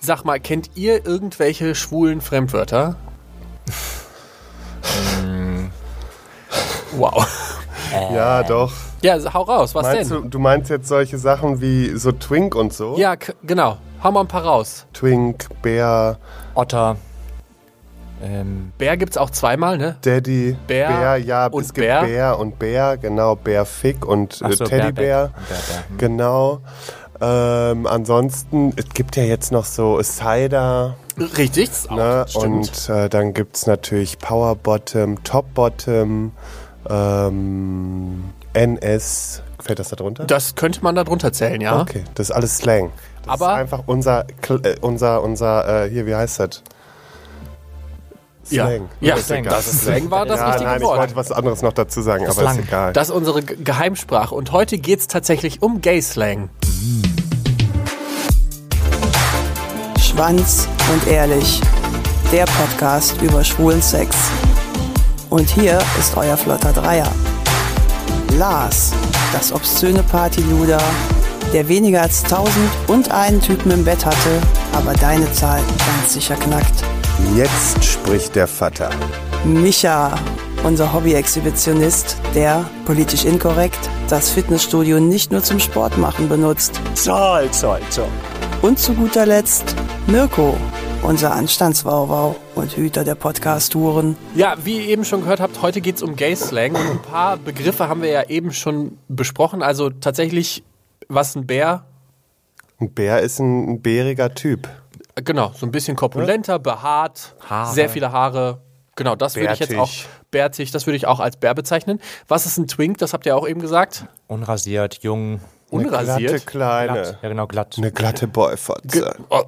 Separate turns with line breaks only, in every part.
Sag mal, kennt ihr irgendwelche schwulen Fremdwörter?
Mm.
wow.
Ja, doch.
Ja, also hau raus, was
Meinst
denn?
du, du meinst jetzt solche Sachen wie so Twink und so?
Ja, k- genau. Hau mal ein paar raus.
Twink, Bär,
Otter. Ähm,
Bär gibt's auch zweimal, ne?
Daddy,
Bär
ja,
und
es gibt
Bär.
Bär. und Bär, genau, Bärfick und äh,
so,
Teddybär,
Bärbeck. Bärbeck, hm.
genau. Ähm, ansonsten, es gibt ja jetzt noch so Cider,
Richtig. ist auch-
ne?
stimmt.
und äh, dann gibt es natürlich Power Bottom, Top Bottom, ähm, NS, fällt das da drunter?
das könnte man da drunter zählen, ja.
Okay, das ist alles Slang. Das
Ah. Aber-
ist einfach unser, Kl- äh, unser, unser, äh, hier, wie heißt das?
Ja,
Slang.
ja
Ist
Slang.
egal.
Das Slang war das
ja,
richtige
nein, ich
Wort.
wollte was anderes noch dazu sagen, aber
Slang.
ist egal.
Das ist unsere Ge- Geheimsprache und heute geht's tatsächlich um Gay-Slang.
Schwanz und ehrlich. Der Podcast über schwulen Sex. Und hier ist euer flotter Dreier. Lars, das obszöne Partyluder, der weniger als 1000 und einen Typen im Bett hatte, aber deine Zahl ganz sicher knackt.
Jetzt spricht der Vater.
Micha, unser Hobby-Exhibitionist, der, politisch inkorrekt, das Fitnessstudio nicht nur zum Sport machen benutzt.
Zoll, Zoll, Zoll.
Und zu guter Letzt Mirko, unser Anstandswauwau und Hüter der Podcast-Touren.
Ja, wie ihr eben schon gehört habt, heute geht's um Gay-Slang und ein paar Begriffe haben wir ja eben schon besprochen. Also tatsächlich, was ein Bär,
Ein Bär ist ein, ein bäriger Typ.
äh, genau, so ein bisschen korpulenter, behaart, sehr viele Haare. Genau, das würde ich jetzt auch,
Bärtig.
bärtig, das würde ich auch als Bär bezeichnen. Was ist ein Twink, das habt ihr auch eben gesagt,
Unrasiert, jung,
Eine glatte
unrasiert.
Kleine.
glatt. Ja, genau, glatt.
Eine glatte Boyfotze.
Oh,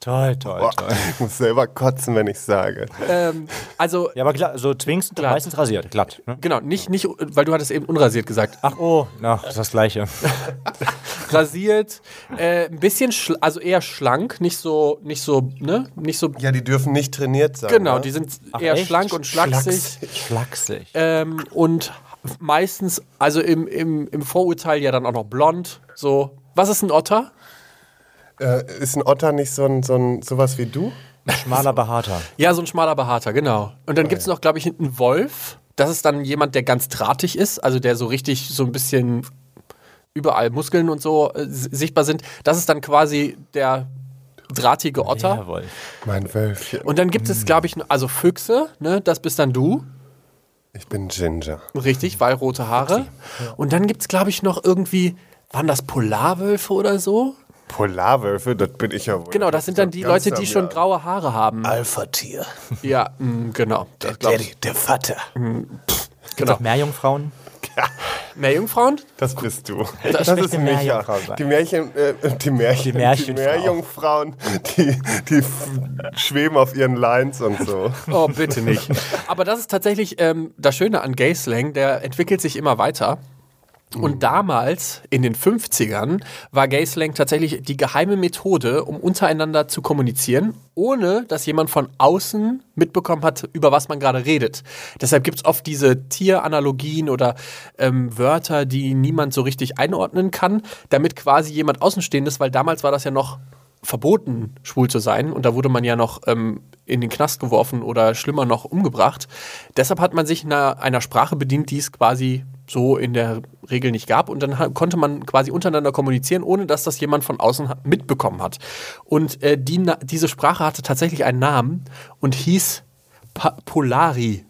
Toll, toll, toll.
Ich muss selber kotzen, wenn ich sage.
ähm, also,
Ja, aber glatt, so Twinks sind meistens rasiert, glatt. Ne?
genau, nicht, nicht, weil du hattest eben unrasiert gesagt.
Ach, oh, na, das ist das Gleiche.
Rasiert, äh, ein bisschen, schl also eher schlank, nicht so, nicht so, ne, nicht so,
Ja, die dürfen nicht trainiert sein.
genau,
ne?
die sind
Ach,
eher
echt?
schlank und schlaksig.
Schlaksig.
Ähm, und meistens, also im, im, im Vorurteil ja dann auch noch blond. So, was ist ein Otter?
äh, ist ein Otter nicht so ein, so ein sowas wie du?
Schmaler, behaarter.
Ja, so ein schmaler Behaarter, genau. Und
Ah,
dann gibt's noch, glaube ich, einen Wolf. Das ist dann jemand, der ganz drahtig ist, also der so richtig so ein bisschen überall Muskeln und so äh, s- sichtbar sind. Das ist dann quasi der drahtige Otter.
Jawohl.
Mein Wölfchen.
Und dann
Mm.
gibt es, glaube ich, n- also Füchse, ne, das bist dann du,
Ich bin Ginger.
richtig, weil rote Haare. Und dann gibt's, glaube ich, noch irgendwie, waren das Polarwölfe oder so?
Polarwölfe, das bin ich ja wohl.
Genau, das sind dann die
Ganz
Leute, die
am
schon
Jahr.
graue Haare haben.
Alpha-Tier.
Ja, mh, genau.
Der
Das glaub ich.
Daddy, der Vater.
Gibt's auch Meerjungfrauen?
Mehr Jungfrauen?
Das bist du.
Das
Das,
möchte
ist
eine
Micha.
Meerjungfrau sein.
Die Märchen, äh, die Märchen,
Die Märchenfrau.
Meerjungfrauen, die, die f- schweben auf ihren Lines und so.
Oh, bitte nicht. Aber das ist tatsächlich ähm, das Schöne an Gay Slang, der entwickelt sich immer weiter. Und damals, in den 50ern, war Gay Slang tatsächlich die geheime Methode, um untereinander zu kommunizieren, ohne dass jemand von außen mitbekommen hat, über was man gerade redet. Deshalb gibt es oft diese Tieranalogien oder ähm, Wörter, die niemand so richtig einordnen kann, damit quasi jemand Außenstehendes, weil damals war das ja noch verboten, schwul zu sein. Und da wurde man ja noch ähm, in den Knast geworfen oder schlimmer noch umgebracht. Deshalb hat man sich einer, einer Sprache bedient, die es quasi so in der Regel nicht gab. Und dann ha- konnte man quasi untereinander kommunizieren, ohne dass das jemand von außen ha- mitbekommen hat. Und äh, die, Na- diese Sprache hatte tatsächlich einen Namen und hieß pa Polari.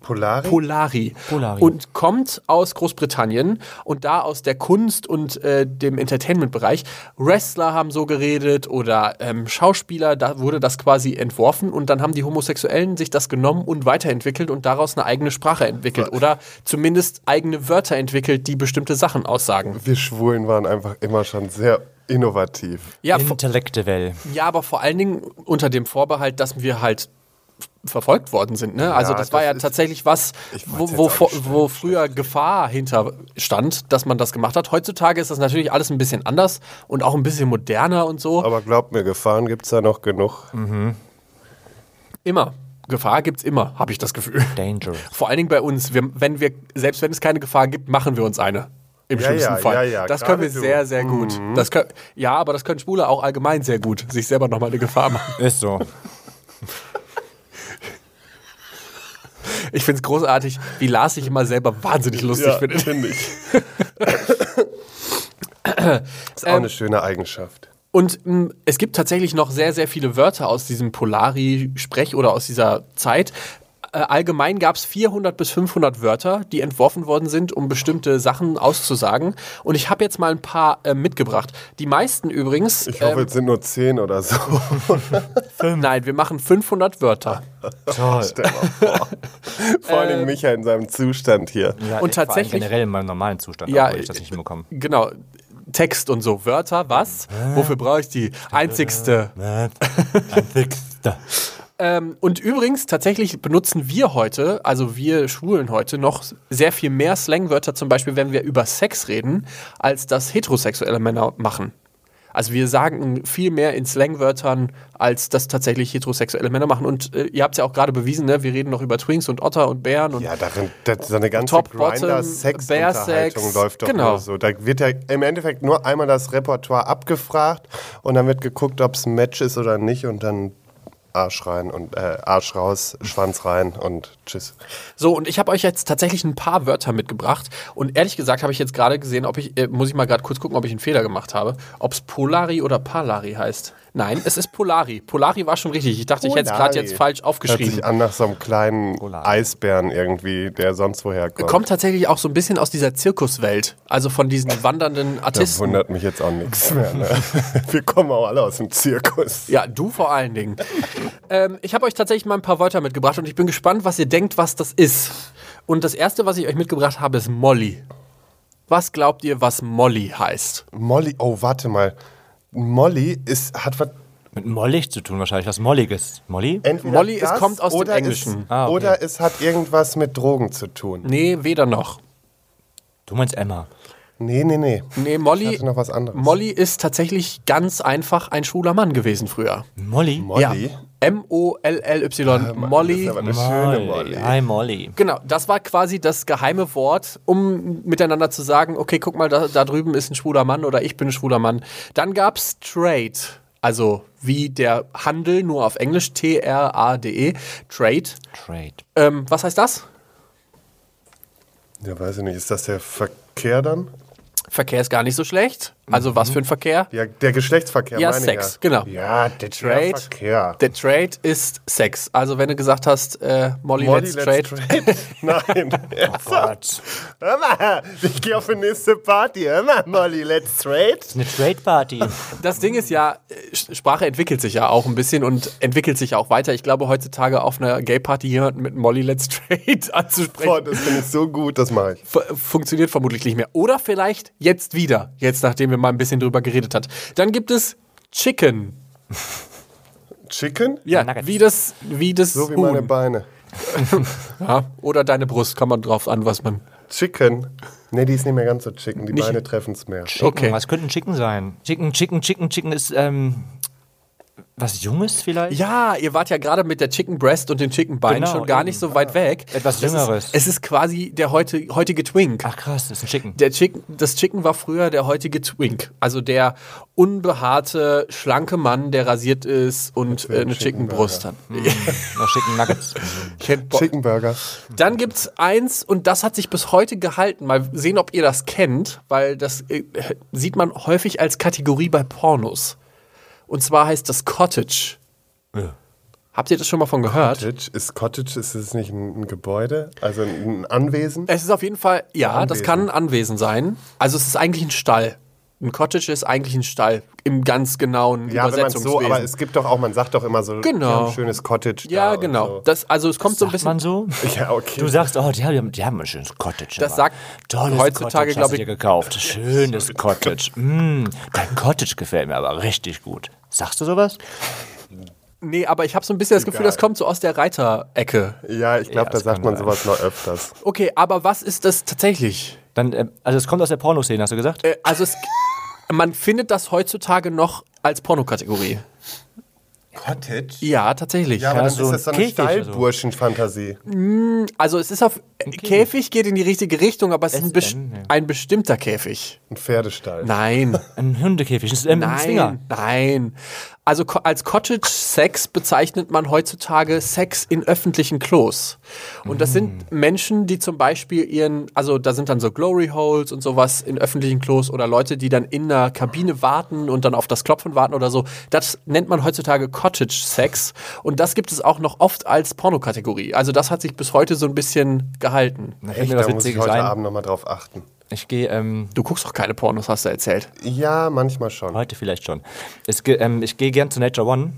Polari?
Polari.
Polari.
Und kommt aus Großbritannien und da aus der Kunst und äh, dem Entertainment-Bereich. Wrestler haben so geredet oder ähm, Schauspieler, da wurde das quasi entworfen und dann haben die Homosexuellen sich das genommen und weiterentwickelt und daraus eine eigene Sprache entwickelt oder zumindest eigene Wörter entwickelt, die bestimmte Sachen aussagen.
Wir Schwulen waren einfach immer schon sehr innovativ.
Ja, vor-
Intellektuell.
ja, aber vor allen Dingen unter dem Vorbehalt, dass wir halt f- verfolgt worden sind. Ne? Also das,
das
war ja
ist-
tatsächlich was,
Ich
wo,
wollt's
wo,
jetzt auch
vor-
nicht
wo früher Gefahr hinter stand, dass man das gemacht hat. Heutzutage ist das natürlich alles ein bisschen anders und auch ein bisschen moderner und so.
Aber glaubt mir, Gefahren gibt es da noch genug.
immer. Gefahr gibt's immer, habe ich das Gefühl.
Danger.
Vor allen Dingen bei uns. Wir, wenn wir, selbst wenn es keine Gefahr gibt, machen wir uns eine. Im
Ja,
schlimmsten
ja,
Fall.
ja, ja,
das können wir
gerade du. Mhm.
sehr, sehr gut. Das können, ja, aber das können Schwule auch allgemein sehr gut, sich selber nochmal eine Gefahr machen.
Ist so.
Ich finde es großartig, wie Lars sich immer selber wahnsinnig lustig
Ja,
findet.
finde ich. ist auch
Ähm,
eine schöne Eigenschaft.
Und mh, es gibt tatsächlich noch sehr, sehr viele Wörter aus diesem Polari-Sprech oder aus dieser Zeit. Äh, Allgemein gab es 400 bis 500 Wörter, die entworfen worden sind, um bestimmte Sachen auszusagen. Und ich habe jetzt mal ein paar äh, mitgebracht. Die meisten übrigens.
Ich hoffe,
ähm,
es sind nur 10 oder so.
nein, wir machen 500 Wörter.
Toll.
Stell mal vor. vor
Äh,
allem Micha in seinem Zustand hier.
Ja,
Und
ich- vor allem
tatsächlich-
Generell in meinem normalen Zustand
Ja,
ja, äh, würde ich das nicht hinbekommen.
Genau. Text und so. Wörter, was? Wofür brauche ich die? Einzigste.
äh, Ein Sechster.
Ähm, und übrigens, tatsächlich benutzen wir heute, also wir Schwulen heute, noch sehr viel mehr Slangwörter, zum Beispiel, wenn wir über Sex reden, als das heterosexuelle Männer machen. Also wir sagen viel mehr in Slangwörtern, als das tatsächlich heterosexuelle Männer machen. Und äh, ihr habt es ja auch gerade bewiesen, ne? wir reden noch über Twinks und Otter und Bären und
Ja, darin, das, so eine ganze
Top, Bottom, Bear-Sex,
Grinder-Sex-Unterhaltung läuft doch
genau.
nur so. Da wird ja im Endeffekt nur einmal das Repertoire abgefragt und dann wird geguckt, ob es ein Match ist oder nicht und dann Arsch rein und äh, Arsch raus, Schwanz rein und tschüss.
So, und ich habe euch jetzt tatsächlich ein paar Wörter mitgebracht. Und ehrlich gesagt habe ich jetzt gerade gesehen, ob ich, äh, muss ich mal gerade kurz gucken, ob ich einen Fehler gemacht habe, ob es Polari oder Palari heißt. Nein, es ist Polari. Polari war schon richtig. Ich dachte, ich hätte es gerade
Polari.
jetzt falsch
Hört
aufgeschrieben.
sich an nach so einem kleinen
Polar.
Eisbären irgendwie, der sonst woher kommt.
Kommt tatsächlich auch so ein bisschen aus dieser Zirkuswelt, also von diesen wandernden
das
Artisten.
wundert mich jetzt auch nichts mehr. Ne? Wir kommen auch alle aus dem Zirkus.
Ja, du vor allen Dingen. ähm, ich habe euch tatsächlich mal ein paar Wörter mitgebracht und ich bin gespannt, was ihr denkt, was das ist. Und das erste, was ich euch mitgebracht habe, ist Molly. Was glaubt ihr, was Molly heißt?
Molly, oh, warte mal. Molly ist, hat was
Mit Mollig zu tun wahrscheinlich, was Molliges. Molly?
Entweder
Molly, es
das
kommt aus dem
oder es-
Englischen.
Ah, okay.
Oder es hat irgendwas mit Drogen zu tun.
Nee, weder noch.
Du meinst Emma.
Nee, nee, nee.
Nee, Molly,
Ich hatte noch was anderes.
Molly ist tatsächlich ganz einfach ein schwuler Mann gewesen früher.
Molly?
Molly?
Ja. M-O-L-L-Y,
Ah, Das
Molly.
ist aber eine schöne Molly.
Hi Molly.
Genau, das war quasi das geheime Wort, um miteinander zu sagen, okay, guck mal, da, da drüben ist ein schwuler Mann oder ich bin ein schwuler Mann. Dann gab's Trade, also wie der Handel, nur auf Englisch, T-R-A-D-E, E, Trade.
Trade.
Ähm, was heißt das?
Ja, weiß ich nicht. Ist das der Verkehr dann?
Verkehr ist gar nicht so schlecht. Also
Mhm.
was für ein Verkehr?
Ja, der Geschlechtsverkehr,
Ja,
meine
Sex,
ich ja.
genau.
Ja, der
Trade.
Verkehr.
Der Trade ist Sex. Also wenn du gesagt hast, äh, Molly,
Molly,
let's, trade. Oh,
trade. Nein.
Gott.
Hör mal, ich gehe auf die nächste Party. Hör mal, Molly, let's trade.
Eine Trade Party.
Das Ding ist ja, äh, Sprache entwickelt sich ja auch ein bisschen und entwickelt sich ja auch weiter. Ich glaube, heutzutage auf einer Gay-Party jemanden mit Molly, let's trade
Boah,
anzusprechen,
das finde ich so gut, das mache ich.
fu- funktioniert vermutlich nicht mehr. Oder vielleicht jetzt wieder, jetzt nachdem wir mal ein bisschen drüber geredet hat. Dann gibt es Chicken.
Chicken?
Ja,
Nuggets.
wie das, wie das
So wie
Huhn.
meine Beine.
ja, oder deine Brust, kommt man drauf an, was man...
Chicken? Nee, die ist nicht mehr ganz so chicken. Die
Nicht-
Beine treffen es mehr.
Okay.
Was könnte ein Chicken sein? Chicken, Chicken, Chicken, Chicken ist ähm, was Junges vielleicht?
Ja, ihr wart ja gerade mit der Chicken Breast und den Chicken Bein
Genau,
schon gar
eben.
nicht so weit weg.
Etwas
Es
Jüngeres.
Ist, es ist quasi der heute, heutige Twink.
Ach krass, das ist ein Chicken.
Der Chicken, das Chicken war früher der heutige Twink. Also der unbehaarte, schlanke Mann, der rasiert ist und äh, eine
Chicken Hm.
Chickenbrust hat.
Noch Chicken Nuggets.
Ich hätt Bock.
Chicken Burger.
Dann gibt's eins, und das hat sich bis heute gehalten. Mal sehen, ob ihr das kennt, weil das äh, sieht man häufig als Kategorie bei Pornos. Und zwar heißt das Cottage. Habt ihr das schon mal von gehört?
Cottage ist Cottage, ist es nicht ein, ein Gebäude, also ein ein Anwesen?
Äh,
Es ist auf jeden Fall, ja,
Anwesen.
das kann ein Anwesen sein. Also es ist eigentlich ein Stall. Ein Cottage ist eigentlich ein Stall im ganz genauen
ja, wenn man so,
Übersetzungswesen.
aber es gibt doch auch, man sagt doch immer so, die
Genau.
haben ein schönes Cottage. da
ja,
und
genau.
So.
Das, also es kommt so ein
Sagt man
bisschen.
so?
ja, okay.
Du sagst, oh, die haben, die haben ein schönes Cottage.
Das
aber
sagt
tolles
heutzutage,
Cottage
glaub
hast du
ich-
dir gekauft. Schönes Cottage. Mm, dein Cottage gefällt mir aber richtig gut. Sagst du sowas?
Nee, aber ich habe so ein bisschen das Gefühl, das kommt so aus der Reiterecke.
ja, ich glaube,
Ja,
da
das
sagt
kann
man
sein.
sowas noch öfters.
Okay, aber was ist das tatsächlich?
Dann, äh, also es kommt aus der Pornoszene, hast du gesagt?
Äh, Also es, man findet das heutzutage noch als Pornokategorie.
Cottage?
Ja, tatsächlich.
Ja, aber dann
so
ist
ein
das so eine
Käfig oder so.
Stallburschen-Fantasie.
Also es ist auf Käfig geht in die richtige Richtung, aber es ist ein, best
SN, ja.
ein bestimmter Käfig.
Ein Pferdestall.
Nein,
Ein Hundekäfig, ein- ein Zwinger.
nein, nein. Also co- als Cottage Sex bezeichnet man heutzutage Sex in öffentlichen Klos. Und das sind Menschen, die zum Beispiel ihren, also da sind dann so Glory Holes und sowas in öffentlichen Klos oder Leute, die dann in einer Kabine warten und dann auf das Klopfen warten oder so. Das nennt man heutzutage Cottage Sex. Und das gibt es auch noch oft als Pornokategorie. Also das hat sich bis heute so ein bisschen gehalten.
Da fällt
Echt,
mir was
da muss ich
Witziges
heute
ein.
Abend nochmal drauf achten.
Ich gehe ähm,
Du guckst doch keine Pornos, hast du erzählt.
Ja, manchmal schon.
heute vielleicht schon. Es, ge- ähm, ich gehe gern zu Nature One.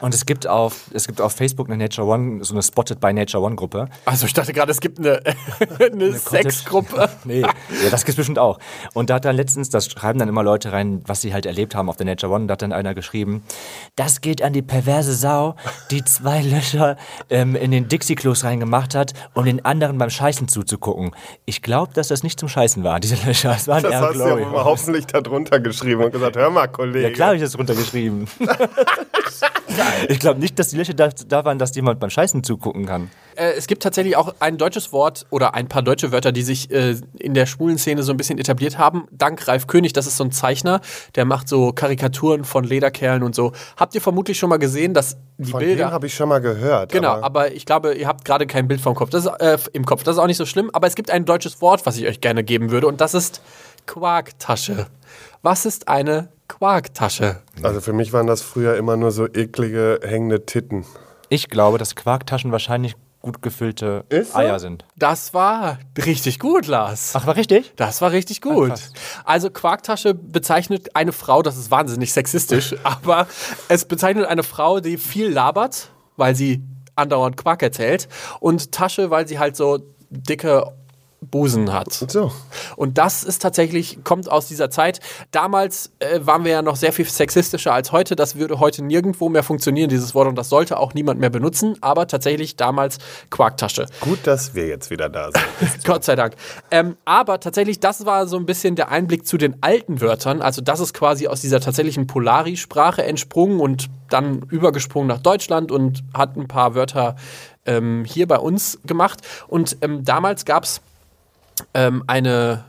Und es gibt auf, es gibt auf Facebook eine Nature One, so eine Spotted by Nature One Gruppe.
Also ich dachte gerade, es gibt eine, eine Sexgruppe.
nee, ja, das gibt's bestimmt auch. Und da hat dann letztens, das schreiben dann immer Leute rein, was sie halt erlebt haben auf der Nature One. Da hat dann einer geschrieben, das geht an die perverse Sau, die zwei Löcher ähm, in den Dixie-Klos reingemacht hat, um den anderen beim Scheißen zuzugucken. Ich glaube, dass das nicht zum Scheißen war, diese Löcher. Es waren
Das
eher
hast du ja
Glory.
auch hoffentlich da drunter geschrieben und gesagt, hör mal, Kollege.
Ja, klar habe ich das runtergeschrieben. ich glaube nicht, dass die Löcher da, da waren, dass jemand beim Scheißen zugucken kann.
Äh, es gibt tatsächlich auch ein deutsches Wort oder ein paar deutsche Wörter, die sich äh, in der schwulen Szene so ein bisschen etabliert haben. Dank Ralf König, das ist so ein Zeichner, der macht so Karikaturen von Lederkerlen und so. Habt ihr vermutlich schon mal gesehen, dass die
Von dem
Bilder.
habe ich schon mal gehört.
Genau,
aber
aber ich glaube, ihr habt gerade kein Bild vom Kopf. Das ist, äh, im Kopf. Das ist auch nicht so schlimm, aber es gibt ein deutsches Wort, was ich euch gerne geben würde, und das ist Quarktasche. Was ist eine Quarktasche?
also für mich waren das früher immer nur so eklige, hängende Titten.
Ich glaube, dass Quarktaschen wahrscheinlich gut gefüllte
Ist so?
Eier sind.
Das war richtig gut, Lars.
Ach, war richtig?
Das war richtig gut. Also Quarktasche bezeichnet eine Frau, das ist wahnsinnig sexistisch, aber es bezeichnet eine Frau, die viel labert, weil sie andauernd Quark erzählt und Tasche, weil sie halt so dicke Busen hat.
So.
Und das ist tatsächlich, kommt aus dieser Zeit. Damals äh, waren wir ja noch sehr viel sexistischer als heute. Das würde heute nirgendwo mehr funktionieren, dieses Wort. Und das sollte auch niemand mehr benutzen. Aber tatsächlich damals Quarktasche.
Gut, dass wir jetzt wieder da sind.
Gott sei Dank. Ähm, aber tatsächlich, das war so ein bisschen der Einblick zu den alten Wörtern. Also das ist quasi aus dieser tatsächlichen Polari-Sprache entsprungen und dann übergesprungen nach Deutschland und hat ein paar Wörter ähm, hier bei uns gemacht. Und ähm, damals gab es ähm, eine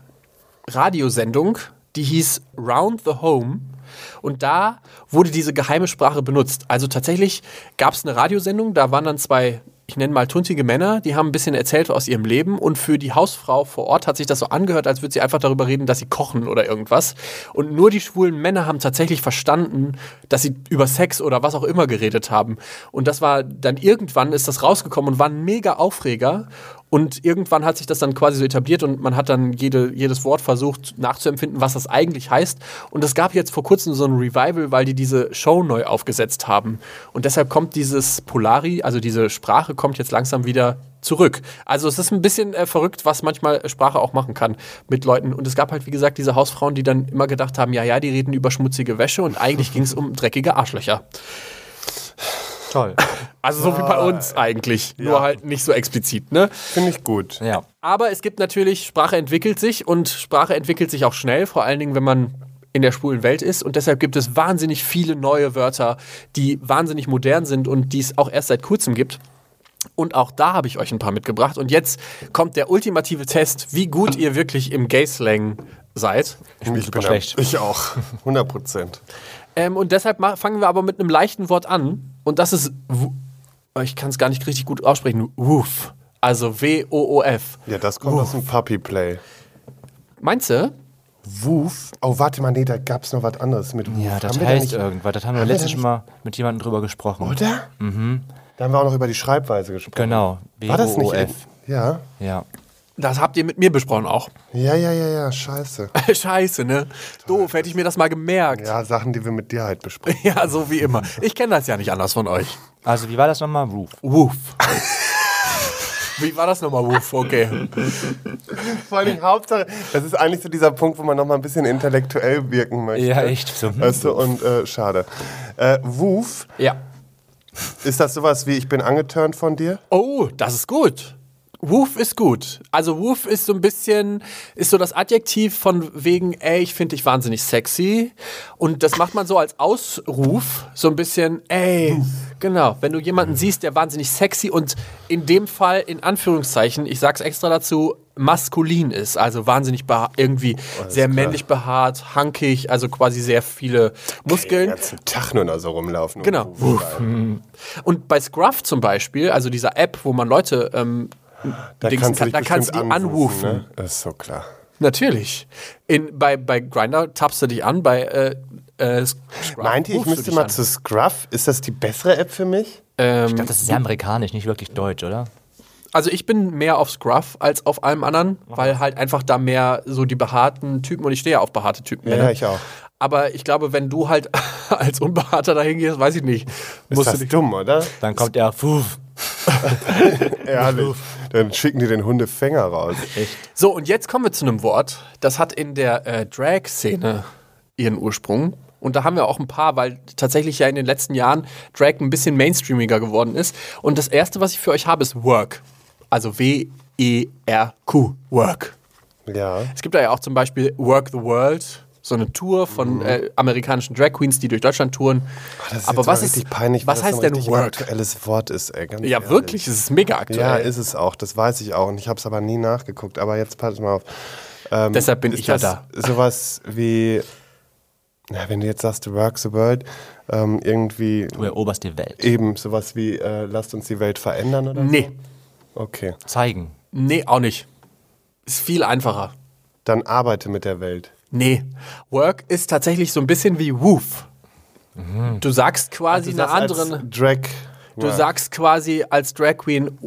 Radiosendung, die hieß Round the Home. Und da wurde diese geheime Sprache benutzt. Also tatsächlich gab es eine Radiosendung, da waren dann zwei, ich nenne mal tuntige Männer, die haben ein bisschen erzählt aus ihrem Leben und für die Hausfrau vor Ort hat sich das so angehört, als würde sie einfach darüber reden, dass sie kochen oder irgendwas. Und nur die schwulen Männer haben tatsächlich verstanden, dass sie über Sex oder was auch immer geredet haben. Und das war dann irgendwann ist das rausgekommen und war ein mega Aufreger. Und irgendwann hat sich das dann quasi so etabliert und man hat dann jede, jedes Wort versucht nachzuempfinden, was das eigentlich heißt. Und es gab jetzt vor kurzem so ein Revival, weil die diese Show neu aufgesetzt haben. Und deshalb kommt dieses Polari, also diese Sprache, kommt jetzt langsam wieder zurück. Also es ist ein bisschen äh, verrückt, was manchmal Sprache auch machen kann mit Leuten. Und es gab halt, wie gesagt, diese Hausfrauen, die dann immer gedacht haben, ja, ja, die reden über schmutzige Wäsche und eigentlich ging es um dreckige Arschlöcher.
Toll.
Also so wie bei uns eigentlich, nur halt nicht so explizit, ne?
Finde ich gut.
Ja.
Aber es gibt natürlich, Sprache entwickelt sich und Sprache entwickelt sich auch schnell, vor allen Dingen, wenn man in der schwulen Welt ist. Und deshalb gibt es wahnsinnig viele neue Wörter, die wahnsinnig modern sind und die es auch erst seit kurzem gibt. Und auch da habe ich euch ein paar mitgebracht. Und jetzt kommt der ultimative Test, wie gut ihr wirklich im Gay-Slang seid.
Ich bin
super
am-
schlecht.
Ich auch. 100 Prozent.
Ähm, und deshalb ma- fangen wir aber mit einem leichten Wort an. Und das ist, Wu- ich kann es gar nicht richtig gut aussprechen, Woof. Also W-O-O-F.
Ja, das kommt aus dem Puppy Play.
Meinst du?
Woof. Oh, warte mal, nee, da gab's noch was anderes mit Woof.
Ja, das
Haben wir da
heißt
nicht-
irgendwas. Das haben wir
Haben wir da
letztens schon
nicht-
mal mit jemandem drüber gesprochen.
Oder? Mhm. Da haben wir auch noch über die Schreibweise gesprochen.
Genau.
War das nicht?
BOOF.
Ja.
Ja.
Das habt ihr mit mir besprochen auch.
Ja, ja, ja, ja, scheiße.
Scheiße, ne? Doof, hätte ich mir das mal gemerkt. Ja,
Ja, Sachen, die wir mit dir halt besprechen.
so wie immer. Ich kenne das ja nicht anders von euch.
Also, wie war das nochmal? Roof.
Woof. wie war das nochmal, Woof? Okay.
Vor allem Hauptsache, das ist eigentlich so dieser Punkt, wo man noch mal ein bisschen intellektuell wirken möchte.
Ja, echt. So.
Weißt du, und äh, schade. Äh, Woof,
Ja.
ist das sowas wie ich bin angeturnt von dir?
Oh, das ist gut. Woof ist gut. Also Woof ist so ein bisschen, ist so das Adjektiv von wegen, ey, ich finde dich wahnsinnig sexy. Und das macht man so als Ausruf, so ein bisschen, ey, genau. Wenn du jemanden siehst, der wahnsinnig sexy und in dem Fall, in Anführungszeichen, ich sag's extra dazu, maskulin ist, also wahnsinnig beha- irgendwie sehr männlich behaart, hankig, also quasi sehr viele
Den
Muskeln.
ganzen Tag nur da so rumlaufen. und
Äh, Genau.
Woof sagen.
Und bei Scruff zum Beispiel, also dieser App, wo man Leute ähm,
Da
Dings
kannst du
kann-
dich
da kannst
bestimmt
du die
anrufen.
anrufen.
Ne? Ist so klar.
Natürlich. In, bei bei Grinder tappst du dich an, bei äh, äh, Scruff
Meint ihr, ich
rufst du
müsste
dich
mal
an.
zu Scruff? Ist das die bessere App für mich?
Ich glaube, das ist sehr amerikanisch, nicht wirklich deutsch, oder?
Also ich bin mehr auf Scruff als auf allem anderen, weil halt einfach da mehr so die behaarten Typen und ich stehe ja auf behaarte Typen.
Ja,
Männer.
ich auch.
Aber ich glaube, wenn du halt als Unbehaarter dahin gehst, weiß ich nicht.
Ist
Musst du
das
dich
dumm, oder?
Dann kommt er, puf.
Ehrlich. Dann schicken die den Hundefänger raus.
So, und jetzt kommen wir zu einem Wort, das hat in der äh, Drag-Szene ihren Ursprung. Und da haben wir auch ein paar, weil tatsächlich ja in den letzten Jahren Drag ein bisschen mainstreamiger geworden ist. Und das erste, was ich für euch habe, ist Work. Also W-E-R-Q. Work.
Ja.
Es gibt da ja auch zum Beispiel Work the World. So eine Tour von äh, amerikanischen Drag Queens, die durch Deutschland touren.
Mhm. Ah, Das ist
Aber
jetzt mal
was ist
richtig peinlich, weil
was
das so
heißt
ein
denn
richtig
Work?
aktuelles Wort ist, ey. Ganz
Ja,
ehrlich.
wirklich, es ist mega aktuell.
Ja, ist es auch. Das weiß ich auch. Und ich habe es aber nie nachgeguckt. Aber jetzt pass mal auf.
Deshalb bin
ist
ich ja
das
da.
Sowas wie, na, wenn du jetzt sagst, work the world, ähm, irgendwie
Du eroberst die Welt.
eben sowas wie, äh, lasst uns die Welt verändern oder
Nee,
so? Okay.
Zeigen.
nee, auch nicht. Ist viel einfacher.
Dann arbeite mit der Welt.
Nee, Work ist tatsächlich so ein bisschen wie Woof. Du sagst quasi
Du
einer
sagst Also als
anderen,
Drag.
du sagst quasi als Drag Queen,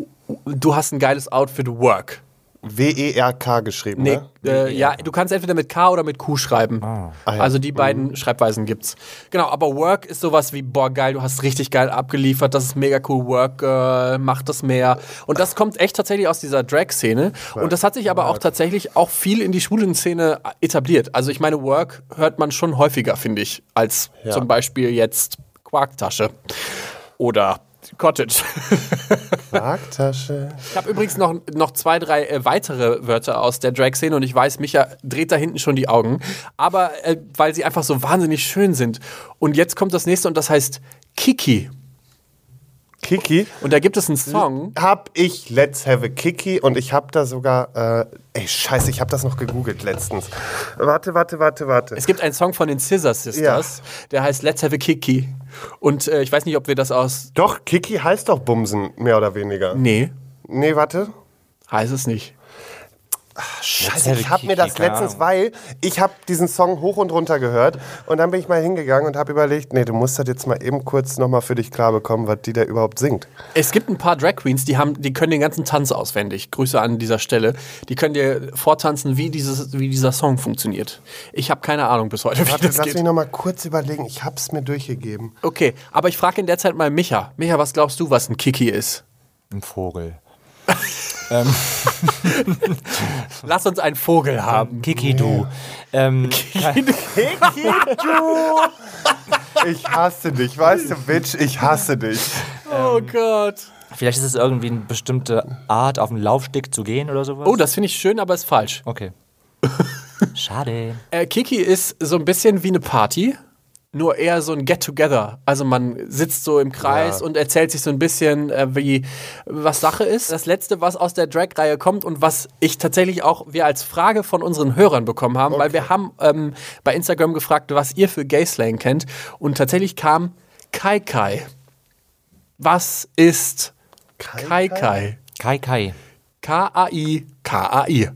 du hast ein geiles Outfit, Work.
W-E-R-K E geschrieben,
Nee,
ne?
äh, ja, du kannst entweder mit K oder mit Q schreiben.
Ah, ja.
Also die beiden Schreibweisen gibt's. Genau, aber Work ist sowas wie, boah, geil, du hast richtig geil abgeliefert, das ist mega cool, Work, äh, mach das mehr. Und das kommt echt tatsächlich aus dieser Drag-Szene. Und das hat sich aber auch tatsächlich auch viel in die Schulenszene etabliert. Also ich meine, Work hört man schon häufiger, finde ich, als
Ja.
zum Beispiel jetzt Quarktasche oder Cottage.
Quarktasche.
Ich habe übrigens noch, noch zwei, drei äh, weitere Wörter aus der Drag-Szene und ich weiß, Micha dreht da hinten schon die Augen, aber äh, weil sie einfach so wahnsinnig schön sind. Und jetzt kommt das nächste und das heißt Kiki.
Kiki.
Und da gibt es einen Song.
Hab ich Let's Have a Kiki und ich hab da sogar, äh, ey Scheiße, ich hab das noch gegoogelt letztens. Warte, warte, warte, warte.
Es gibt einen Song von den Scissor Sisters, der heißt Let's Have a Kiki. Und äh, ich weiß nicht, ob wir das aus.
Doch, Kiki heißt doch Bumsen, mehr oder weniger.
Nee,
Nee, warte.
heißt es nicht.
Scheiße,
Have a
ich hab
Kiki,
mir das
keine
letztens,
Ahnung.
weil ich hab diesen Song hoch und runter gehört und dann bin ich mal hingegangen und hab überlegt, nee, du musst das jetzt mal eben kurz nochmal für dich klar bekommen, was die da überhaupt singt.
Es gibt ein paar Drag Queens, die haben, die können den ganzen Tanz auswendig. Grüße an dieser Stelle. Die können dir vortanzen, wie dieses, wie dieser Song funktioniert. Ich habe keine Ahnung bis heute, wie
Warte,
das
lass
geht.
mich nochmal kurz überlegen, ich hab's mir durchgegeben.
Okay, aber ich frage in der Zeit mal Micha. Micha, was glaubst du, was ein Kiki ist?
Ein Vogel.
Lass uns einen Vogel haben.
Kiki, du. Ähm,
Ich hasse dich, weißt du, Bitch, ich hasse dich.
Oh Gott.
vielleicht ist es irgendwie eine bestimmte Art, auf den Laufsteg zu gehen oder sowas.
Oh, das finde ich schön, aber ist falsch.
Okay. Schade.
Äh, Kiki ist so ein bisschen wie eine Party, nur eher so ein Get-Together. Also man sitzt so im Kreis und erzählt sich so ein bisschen, äh, wie was Sache ist. Das letzte, was aus der Drag-Reihe kommt und was ich tatsächlich auch wir als Frage von unseren Hörern bekommen haben, weil wir haben ähm, bei Instagram gefragt, was ihr für Gay-Slang kennt. Und tatsächlich kam Kai Kai. Was ist Kai Kai?
Kai Kai.
K-A-I. K-A-I.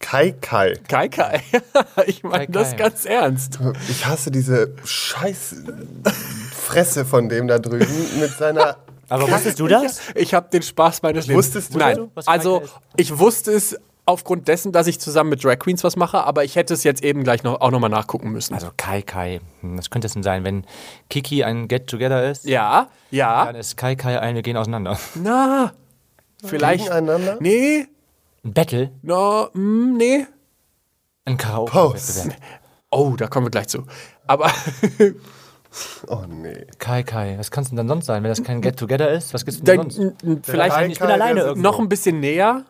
Kai Kai.
Kai Kai. ich meine
Kai
das
Kai.
ganz ernst.
Ich hasse diese scheiß Fresse von dem da drüben mit seiner.
Aber wusstest du das?
Ich habe den Spaß meines Lebens.
Wusstest du
Nein,
das? Was
also
Kranker ist?
ich wusste es aufgrund dessen, dass ich zusammen mit Drag Queens was mache, aber ich hätte es jetzt eben gleich noch, auch nochmal nachgucken müssen.
Also Kai Kai. Hm, Was könnte es denn sein, wenn Kiki ein Get-Together ist?
ja, ja,
Dann ist Kai Kai ein, wir gehen auseinander.
na, vielleicht.
Gegeneinander?
Nee,
Ein Battle?
no, mm, nee.
Ein Karaoke-Wettbewerb.
Oh, da kommen wir gleich zu. Aber
Oh nee.
Kai Kai, was kannst du denn dann sonst sein, wenn das kein Get-Together ist? Was gibt's denn
Dann,
sonst?
n- n- vielleicht
Kai
ich bin
Kai,
alleine
der-
irgendwo.
noch ein bisschen näher.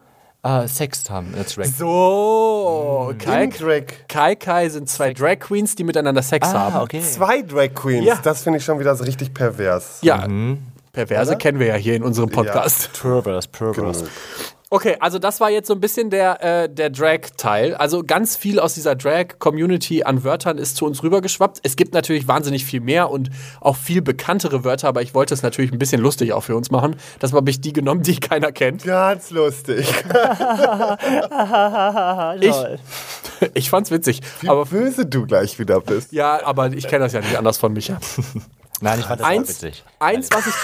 Ah, Sex haben, that's right. Mm.
So, Kai,
Drag.
Kai Kai sind zwei Drag Queens, die miteinander Sex haben.
Ah, okay.
Zwei Drag Queens,
Ja.
das finde ich schon wieder so richtig pervers.
Ja,
Mhm.
Perverse kennen wir ja hier in unserem Podcast.
Perverse, perverse.
Okay, also das war jetzt so ein bisschen der, äh, der Drag-Teil. Also ganz viel aus dieser Drag-Community an Wörtern ist zu uns rübergeschwappt. Es gibt natürlich wahnsinnig viel mehr und auch viel bekanntere Wörter, aber ich wollte es natürlich ein bisschen lustig auch für uns machen. Deshalb habe ich die genommen, die keiner kennt.
Ganz lustig.
Genau. Ich, ich fand's witzig. Aber,
Wie böse du gleich wieder bist.
ja, aber ich kenne das ja nicht anders von Micha.
Nein, ich fand das auch
Eins,
witzig.
eins, was ich.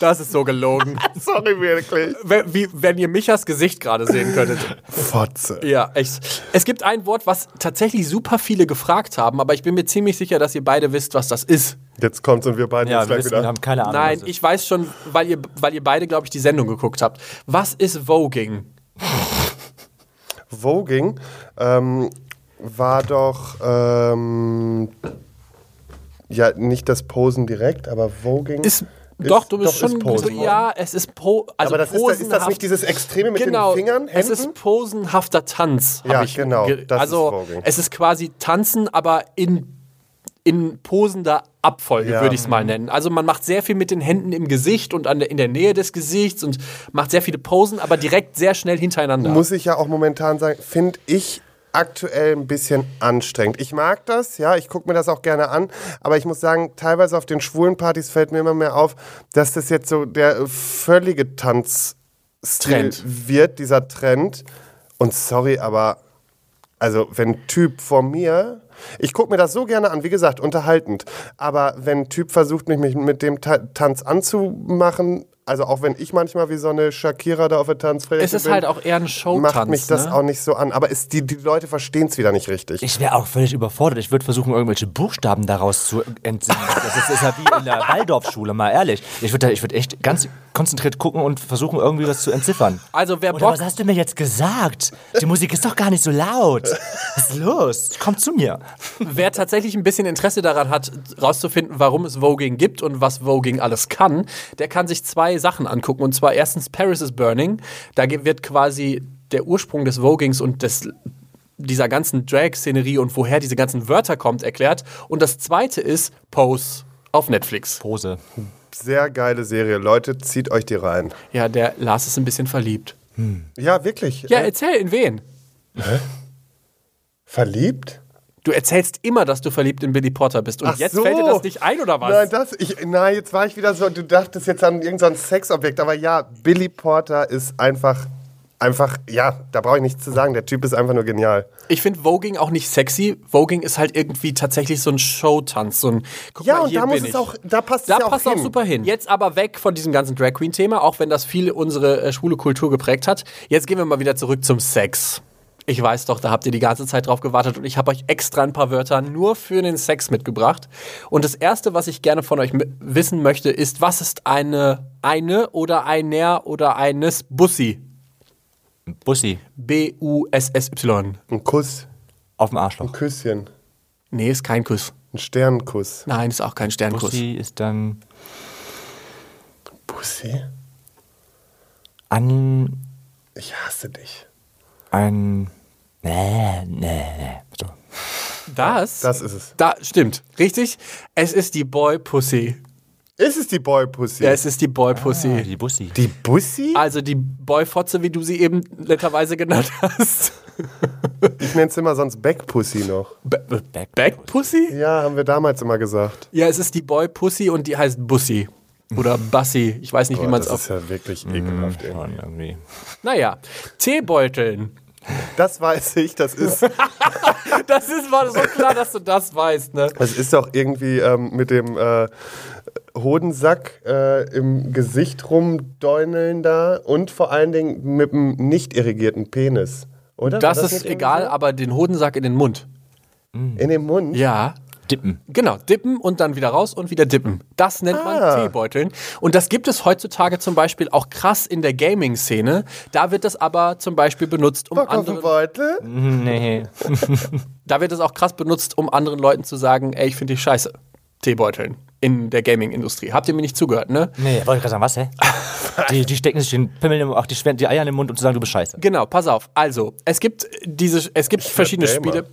Das ist so gelogen.
Sorry, wirklich.
Wenn, wie, wenn ihr Michas Gesicht gerade sehen könntet.
Fotze.
Ja, echt. Es gibt ein Wort, was tatsächlich super viele gefragt haben, aber ich bin mir ziemlich sicher, dass ihr beide wisst, was das ist.
Jetzt kommt's und wir beide
Ja,
uns
wir
gleich
wissen,
wieder.
wir haben keine Ahnung.
Nein,
was es ist.
ich weiß schon, weil ihr, weil ihr beide, glaube ich, die Sendung geguckt habt. Was ist Voging?
Voging ähm, war doch ähm, ja nicht das Posen direkt, aber Voging
Ist, doch, du bist schon.
ist Posen.
ja, es ist po, also
aber das ist, das- ist das
posenhaft-
nicht dieses Extreme mit
genau,
den Fingern?
es
Händen?
ist posenhafter Tanz. hab
Ja,
ich
genau,
ge-
das ist
also
Voging.
es ist quasi Tanzen, aber in, in posender Abfolge
Ja.
würde ich es mal nennen. Also man macht sehr viel mit den Händen im Gesicht und an der, in der Nähe des Gesichts und macht sehr viele Posen, aber direkt sehr schnell hintereinander.
muss ich ja auch momentan sagen, finde ich aktuell ein bisschen anstrengend. Ich mag das, ja, ich gucke mir das auch gerne an, aber ich muss sagen, teilweise auf den schwulen Partys fällt mir immer mehr auf, dass das jetzt so der äh, völlige Tanzstil
Trend.
wird, dieser Trend. Und sorry, aber also wenn ein Typ vor mir, ich gucke mir das so gerne an, wie gesagt, unterhaltend, aber wenn ein Typ versucht, mich, mich mit dem Ta Tanz anzumachen, also auch wenn ich manchmal wie so eine Shakira da auf der Tanzfläche
es ist
bin,
halt auch eher ein Showtanz.
macht mich das
ne?
auch nicht so an. Aber es, die, die Leute verstehen es wieder nicht richtig.
Ich wäre auch völlig überfordert. Ich würde versuchen, irgendwelche Buchstaben daraus zu entsinnen. Das ist, ist ja wie in der Waldorfschule, mal ehrlich. Ich würde ich würd echt ganz konzentriert gucken und versuchen, irgendwie was zu entziffern.
Also wer
Oder
Bock-
was hast du mir jetzt gesagt? Die Musik ist doch gar nicht so laut. Was ist los? Komm zu mir.
Wer tatsächlich ein bisschen Interesse daran hat, rauszufinden, warum es Voging gibt und was Voging alles kann, der kann sich zwei Sachen angucken. Und zwar erstens Paris is Burning. Da ge- wird quasi der Ursprung des Vogings und des dieser ganzen Drag-Szenerie und woher diese ganzen Wörter kommt, erklärt. Und das zweite ist Pose auf Netflix.
Pose.
Sehr geile Serie. Leute, zieht euch die rein.
Ja, der Lars ist ein bisschen verliebt.
Ja, wirklich.
Ja,
Äh,
erzähl, in wen?
verliebt?
Du erzählst immer, dass du verliebt in Billy Potter bist. Und
Ach
jetzt
so.
fällt dir das nicht ein, oder was?
Nein, das, ich, nein, jetzt war ich wieder so, du dachtest jetzt an irgendein Sexobjekt. Aber ja, Billy Porter ist einfach, einfach, ja, da brauche ich nichts zu sagen. Der Typ ist einfach nur genial.
Ich finde Voging auch nicht sexy. Voging ist halt irgendwie tatsächlich so ein Showtanz. So ein, guck
Ja,
mal,
und
hier
da
bin
muss es
ich.
auch, da passt
Da
es ja
passt
auch
auch
hin.
super hin. Jetzt aber weg von diesem ganzen Drag Queen-Thema, auch wenn das viel unsere äh, schwule Kultur geprägt hat. Jetzt gehen wir mal wieder zurück zum Sex. Ich weiß doch, da habt ihr die ganze Zeit drauf gewartet und ich habe euch extra ein paar Wörter nur für den Sex mitgebracht. Und das erste, was ich gerne von euch mi- wissen möchte, ist, was ist eine, eine oder einer oder eines Bussi?
Bussi.
B-U-S-S-Y.
Ein Kuss,
Auf dem Arschloch.
ein Küsschen,
Nee, ist kein Kuss.
ein Sternkuss.
Nein, ist auch kein Sternkuss.
Bussi ist dann
Pussy,
an
ich hasse dich.
ein. Nee, nee, nee. So.
Das?
Das ist es.
Da, stimmt. Richtig? Es ist die Boy Pussy.
Ist es die Boy Pussy?
Ja, es ist die Boy Pussy.
Die Bussi.
Die Bussi?
Also die Boy-Fotze, wie du sie eben netterweise genannt hast.
Ich nenne es immer sonst Backpussy noch.
Back.
Back-Pussy?
Ja, haben wir damals immer gesagt.
Ja, es ist die Boy-Pussy und die heißt Bussi. Oder Bassi. Ich weiß nicht, wie Mhm. man es
das ist
auf...
ja wirklich ekelhaft. ey.
Mann, irgendwie.
Naja, Teebeuteln.
Das weiß ich, das ist.
Das ist war so klar, dass du das weißt, ne?
Das ist doch irgendwie ähm, mit dem äh, Hodensack äh, im Gesicht rumdeuneln da und vor allen Dingen mit dem nicht irrigierten Penis. Oder?
Das
War
ist
nicht
egal, aber den Hodensack in den Mund.
irgendwie so? In den Mund.
Ja,
Dippen.
Genau, dippen und dann wieder raus und wieder dippen. Das nennt man Teebeuteln. Und das gibt es heutzutage zum Beispiel auch krass in der Gaming-Szene. Da wird es aber zum Beispiel benutzt, um
Bock auf den
anderen,
Beutel?
Nee.
da wird es auch krass benutzt, um anderen Leuten zu sagen, ey, ich finde dich scheiße. Teebeuteln in der Gaming-Industrie. Habt ihr mir nicht zugehört, ne?
Nee, wollte ich gerade sagen, was, hä? die, die stecken sich den Pimmel, im, auch die, Schwä- die Eier in den Mund und sagen, du bist scheiße.
Genau, pass auf. Also, es gibt diese, es gibt verschiedene
Gamer.
Spiele.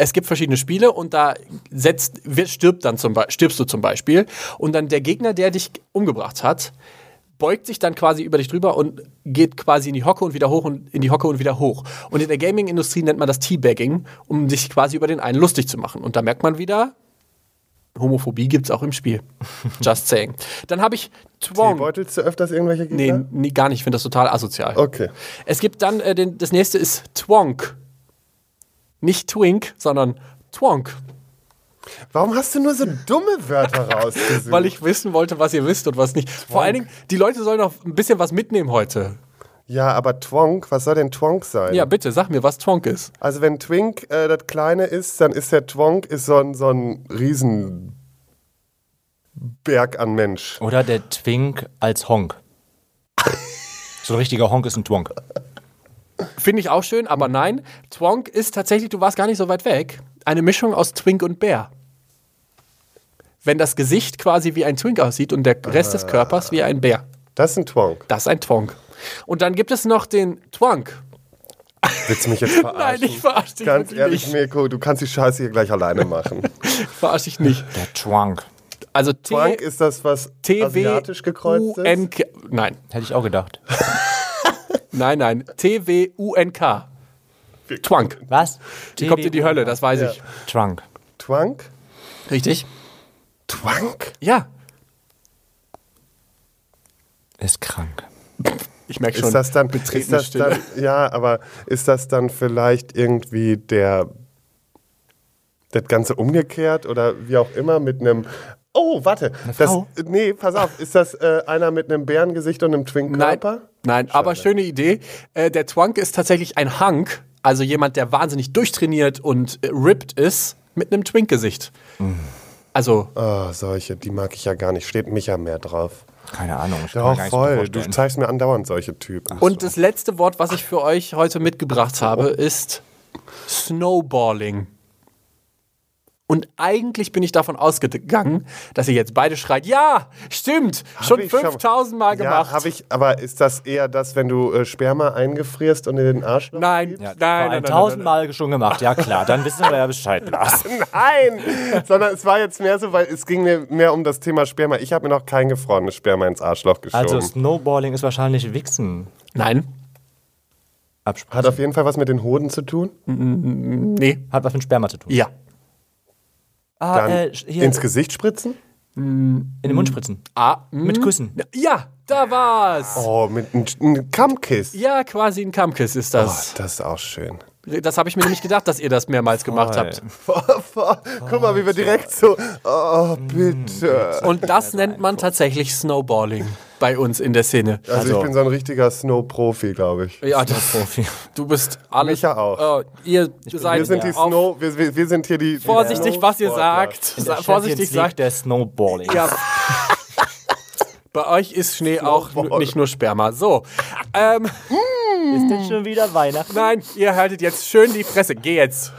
Es gibt verschiedene Spiele und da setzt, wird, stirbt dann zum, Be- stirbst du zum Beispiel und dann der Gegner, der dich umgebracht hat, beugt sich dann quasi über dich drüber und geht quasi in die Hocke und wieder hoch und in die Hocke und wieder hoch. Und in der Gaming-Industrie nennt man das Teabagging, um sich quasi über den einen lustig zu machen. Und da merkt man wieder, Homophobie gibt's auch im Spiel. Just saying. Dann habe ich Twong.
Beutelst du öfters irgendwelche
Nee,
Gegner?
nee, gar nicht. Ich finde das total asozial.
Okay.
Es gibt dann, äh, den, das nächste ist Twonk. Nicht Twink, sondern Twonk.
Warum hast du nur so dumme Wörter rausgesucht?
Weil ich wissen wollte, was ihr wisst und was nicht. Vor allen Dingen, die Leute sollen noch ein bisschen was mitnehmen heute.
ja, aber Twonk, was soll denn Twonk sein?
Ja, bitte, sag mir, was Twonk ist.
Also wenn Twink äh, das Kleine ist, dann ist der Twonk ist so ein, so ein Riesenberg an Mensch.
Oder der Twink als Honk. so ein richtiger Honk ist ein Twonk.
Finde ich auch schön, aber nein. Twonk ist tatsächlich, du warst gar nicht so weit weg, eine Mischung aus Twink und Bär. Wenn das Gesicht quasi wie ein Twink aussieht und der Rest des Körpers wie ein Bär.
Das ist ein Twonk.
Das ist ein Twonk. Und dann gibt es noch den Twonk.
Willst du mich jetzt
Nein,
verarschen?
ich verarsche dich
Ganz
wirklich
ehrlich,
nicht.
Mirko, du kannst die Scheiße hier gleich alleine machen.
Verarsche dich nicht.
Der Twonk.
Also T
Twonk ist das, was
T W
asiatisch gekreuzt
U
ist.
N K. Nein,
Hätte ich auch gedacht.
nein, nein. T W U N K. Twunk.
Was?
Die kommt in die Hölle, das weiß ich.
Trunk.
Twonk?
Richtig?
Twonk?
Ja.
Ist krank.
Ich merke schon.
Ist das dann,
betretene
ist das
Stille.
dann, ja, aber ist das dann vielleicht irgendwie der, das Ganze umgekehrt oder wie auch immer mit einem, oh, warte, das,
Frau?
nee, pass auf, ist das äh, einer mit einem Bärengesicht und einem
Nein,
Twink-Körper?
nein aber schöne Idee. Äh, der Twunk ist tatsächlich ein Hunk, also jemand, der wahnsinnig durchtrainiert und äh, ripped ist, mit einem Twink-Gesicht.
Mhm.
Also,
Oh, solche, die mag ich ja gar nicht, steht Micha mehr drauf.
Keine Ahnung. Ich kann mir
Doch,
gar nichts mehr
voll, du
vorstellen.
zeigst mir andauernd solche Typen.
und das letzte Wort, was ich für euch heute mitgebracht habe,
Oh.
ist Snowballing. Und eigentlich bin ich davon ausgegangen, dass ihr jetzt beide schreit, ja, stimmt, schon
ich schon-
5000 Mal
Ja,
gemacht.
habe ich, aber ist das eher das, wenn du äh, Sperma eingefrierst und in den Arsch
nein,
Ja,
nein, nein, nein, nein, nein, nein.
tausendmal schon gemacht. Ja klar, dann wissen wir ja Bescheid. Lars.
Nein, sondern es war jetzt mehr so, weil es ging mir mehr um das Thema Sperma. Ich habe mir noch kein gefrorenes Sperma ins Arschloch geschoben.
Also Snowballing ist wahrscheinlich Wichsen.
Nein,
Hat
Absprache.
auf jeden Fall was mit den Hoden zu tun.
Äh, nee,
Hat was mit Sperma zu tun.
ja.
Ah,
Dann
äh, hier
ins Gesicht spritzen?
in den Mund spritzen.
Ah, hm.
Mit Küssen.
Ja, da war's.
Oh, mit einem ein Kammkiss.
Ja, quasi ein Kammkiss ist
Oh,
das.
das ist auch schön.
Das habe ich mir nämlich gedacht, dass ihr das mehrmals gemacht habt.
Guck mal, wie wir direkt so. Oh,
Mm,
bitte. Also
Und das nennt man tatsächlich Snowballing bei uns in der Szene.
Also, ich bin so ein richtiger Snow-Profi, glaube ich.
Ja, das,
Profi.
du bist alles.
Micha auch.
Äh, ihr seid
Wir sind, die
auf-
Snow, wir, wir, wir sind hier die. die
vorsichtig, was ihr
Snow-Sportler.
sagt. Sa- Vorsichtig sagt.
der Snowballing.
Ja. bei euch ist Schnee auch n- nicht nur Sperma. So. Ähm,
Ist denn schon wieder Weihnachten?
nein, ihr haltet jetzt schön die Fresse. Geh jetzt.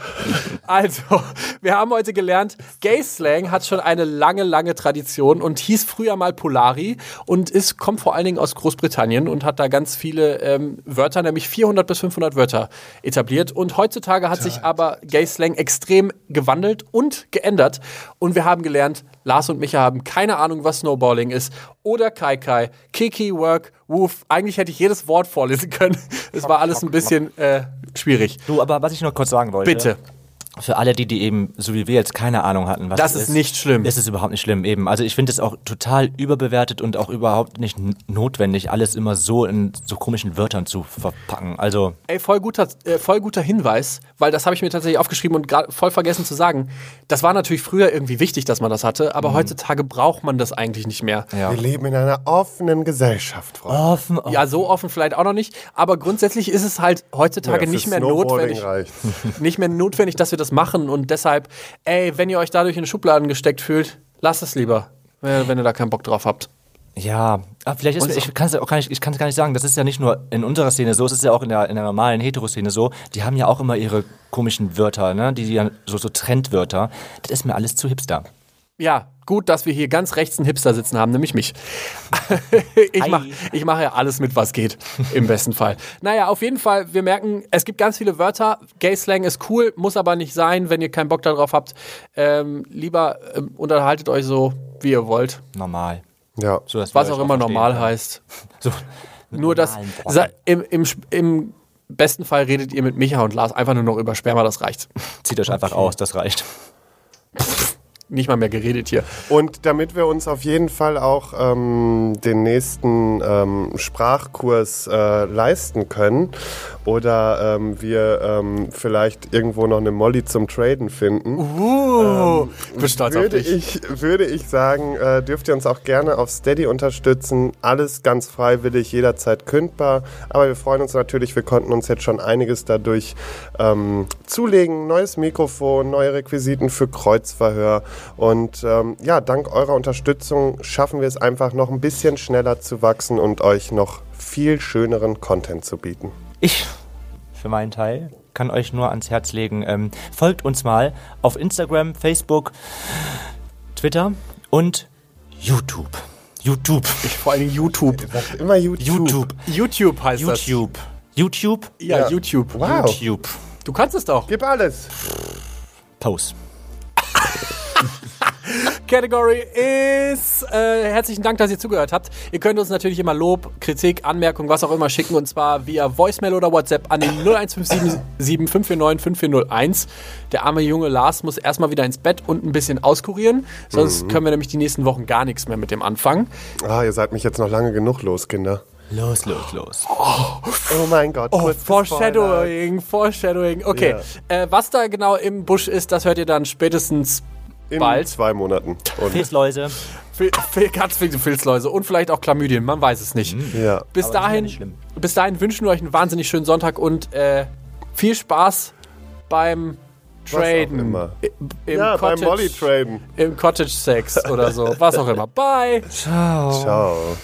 Also, wir haben heute gelernt, Gay Slang hat schon eine lange, lange Tradition und hieß früher mal Polari und ist, kommt vor allen Dingen aus Großbritannien und hat da ganz viele ähm, Wörter, nämlich 400 bis 500 Wörter etabliert. Und heutzutage hat sich aber Gay Slang extrem gewandelt und geändert. Und wir haben gelernt, Lars und Micha haben keine Ahnung, was Snowballing ist oder Kai Kai, Kiki, Work, Woof. Eigentlich hätte ich jedes Wort vorlesen können. Es war alles ein bisschen äh, schwierig.
Du, aber was ich noch kurz sagen wollte.
Bitte.
Für alle, die, die eben, so wie wir jetzt, keine Ahnung hatten, was
Das
es
ist nicht schlimm.
Es ist überhaupt nicht schlimm, eben. Also ich finde es auch total überbewertet und auch überhaupt nicht n- notwendig, alles immer so in so komischen Wörtern zu verpacken. Also,
Ey, voll guter, äh, voll guter Hinweis, weil das habe ich mir tatsächlich aufgeschrieben und grad voll vergessen zu sagen. Das war natürlich früher irgendwie wichtig, dass man das hatte, aber heutzutage braucht man das eigentlich nicht mehr.
Ja.
Wir leben in einer offenen Gesellschaft, Freunde.
offen, offen.
Ja, so offen vielleicht auch noch nicht, aber grundsätzlich ist es halt heutzutage
Ja,
nicht
für
mehr
Snowboarding
notwendig.
reicht's.
Nicht mehr notwendig, dass wir das machen und deshalb, ey, wenn ihr euch dadurch in Schubladen gesteckt fühlt, lasst es lieber, wenn wenn ihr da keinen Bock drauf habt.
Ja, aber vielleicht ist,
Und so-
ich kann es auch gar nicht, ich kann's gar nicht sagen, das ist ja nicht nur in unserer Szene so, es ist ja auch in der, in der normalen Heteroszene so, die haben ja auch immer ihre komischen Wörter, ne? die, die ja so, so Trendwörter, das ist mir alles zu hipster.
Ja, gut, dass wir hier ganz rechts einen Hipster sitzen haben, nämlich mich. ich mache ich mach ja alles mit, was geht, im besten Fall. Naja, auf jeden Fall, wir merken, es gibt ganz viele Wörter. Gay-Slang ist cool, muss aber nicht sein, wenn ihr keinen Bock darauf habt. Ähm, lieber ähm, unterhaltet euch so, wie ihr wollt.
Normal.
Ja.
So, dass wir
Was
euch
auch immer
verstehen
normal
können.
heißt.
So,
Nur das,
normalen Brocken.
sa- im, im, Sp- im besten Fall redet ihr mit Micha und Lars einfach nur noch über Sperma, das reicht.
Zieht euch einfach aus, das reicht.
Nicht mal mehr geredet hier.
Und damit wir uns auf jeden Fall auch ähm, den nächsten ähm, Sprachkurs äh, leisten können oder ähm, wir ähm, vielleicht irgendwo noch eine Molly zum Traden finden,
Uh, ich bin stolz auf
würde,
dich.
ich, würde ich sagen, äh, dürft ihr uns auch gerne auf Steady unterstützen. Alles ganz freiwillig, jederzeit kündbar. Aber wir freuen uns natürlich, wir konnten uns jetzt schon einiges dadurch ähm, zulegen. Neues Mikrofon, neue Requisiten für Kreuzverhör. Und ähm, ja, dank eurer Unterstützung schaffen wir es einfach noch ein bisschen schneller zu wachsen und euch noch viel schöneren Content zu bieten.
Ich, für meinen Teil, kann euch nur ans Herz legen, ähm, folgt uns mal auf Instagram, Facebook, Twitter und YouTube. YouTube.
Vor allem YouTube.
Immer YouTube.
YouTube.
YouTube heißt das.
YouTube. YouTube.
Ja,
Ja.
YouTube.
Wow.
YouTube.
Du kannst es doch.
Gib alles.
Pose.
Category ist. Äh, herzlichen Dank, dass ihr zugehört habt. Ihr könnt uns natürlich immer Lob, Kritik, Anmerkung, was auch immer schicken und zwar via Voicemail oder WhatsApp an den 0157 549 5401. Der arme junge Lars muss erstmal wieder ins Bett und ein bisschen auskurieren, sonst können wir nämlich die nächsten Wochen gar nichts mehr mit dem anfangen.
Ah, ihr seid mich jetzt noch lange genug los, Kinder.
Los, los, los.
Oh mein Gott.
Oh,
kurz gespoilert.
Foreshadowing, Foreshadowing. Okay, äh, was da genau im Busch ist, das hört ihr dann spätestens
In
bald.
zwei Monaten. Und
Pilzläuse.
Fil- Fil- Ganz viele Filzläuse und vielleicht auch Chlamydien, man weiß es nicht.
ja.
Bis,
das ist ja
dahin,
nicht schlimm.
bis dahin wünschen wir euch einen wahnsinnig schönen Sonntag und äh, viel Spaß beim Traden.
immer.
I- Im,
ja,
Cottage,
beim Molly traden.
Im Cottage Sex oder so, was auch immer. Bye!
Ciao.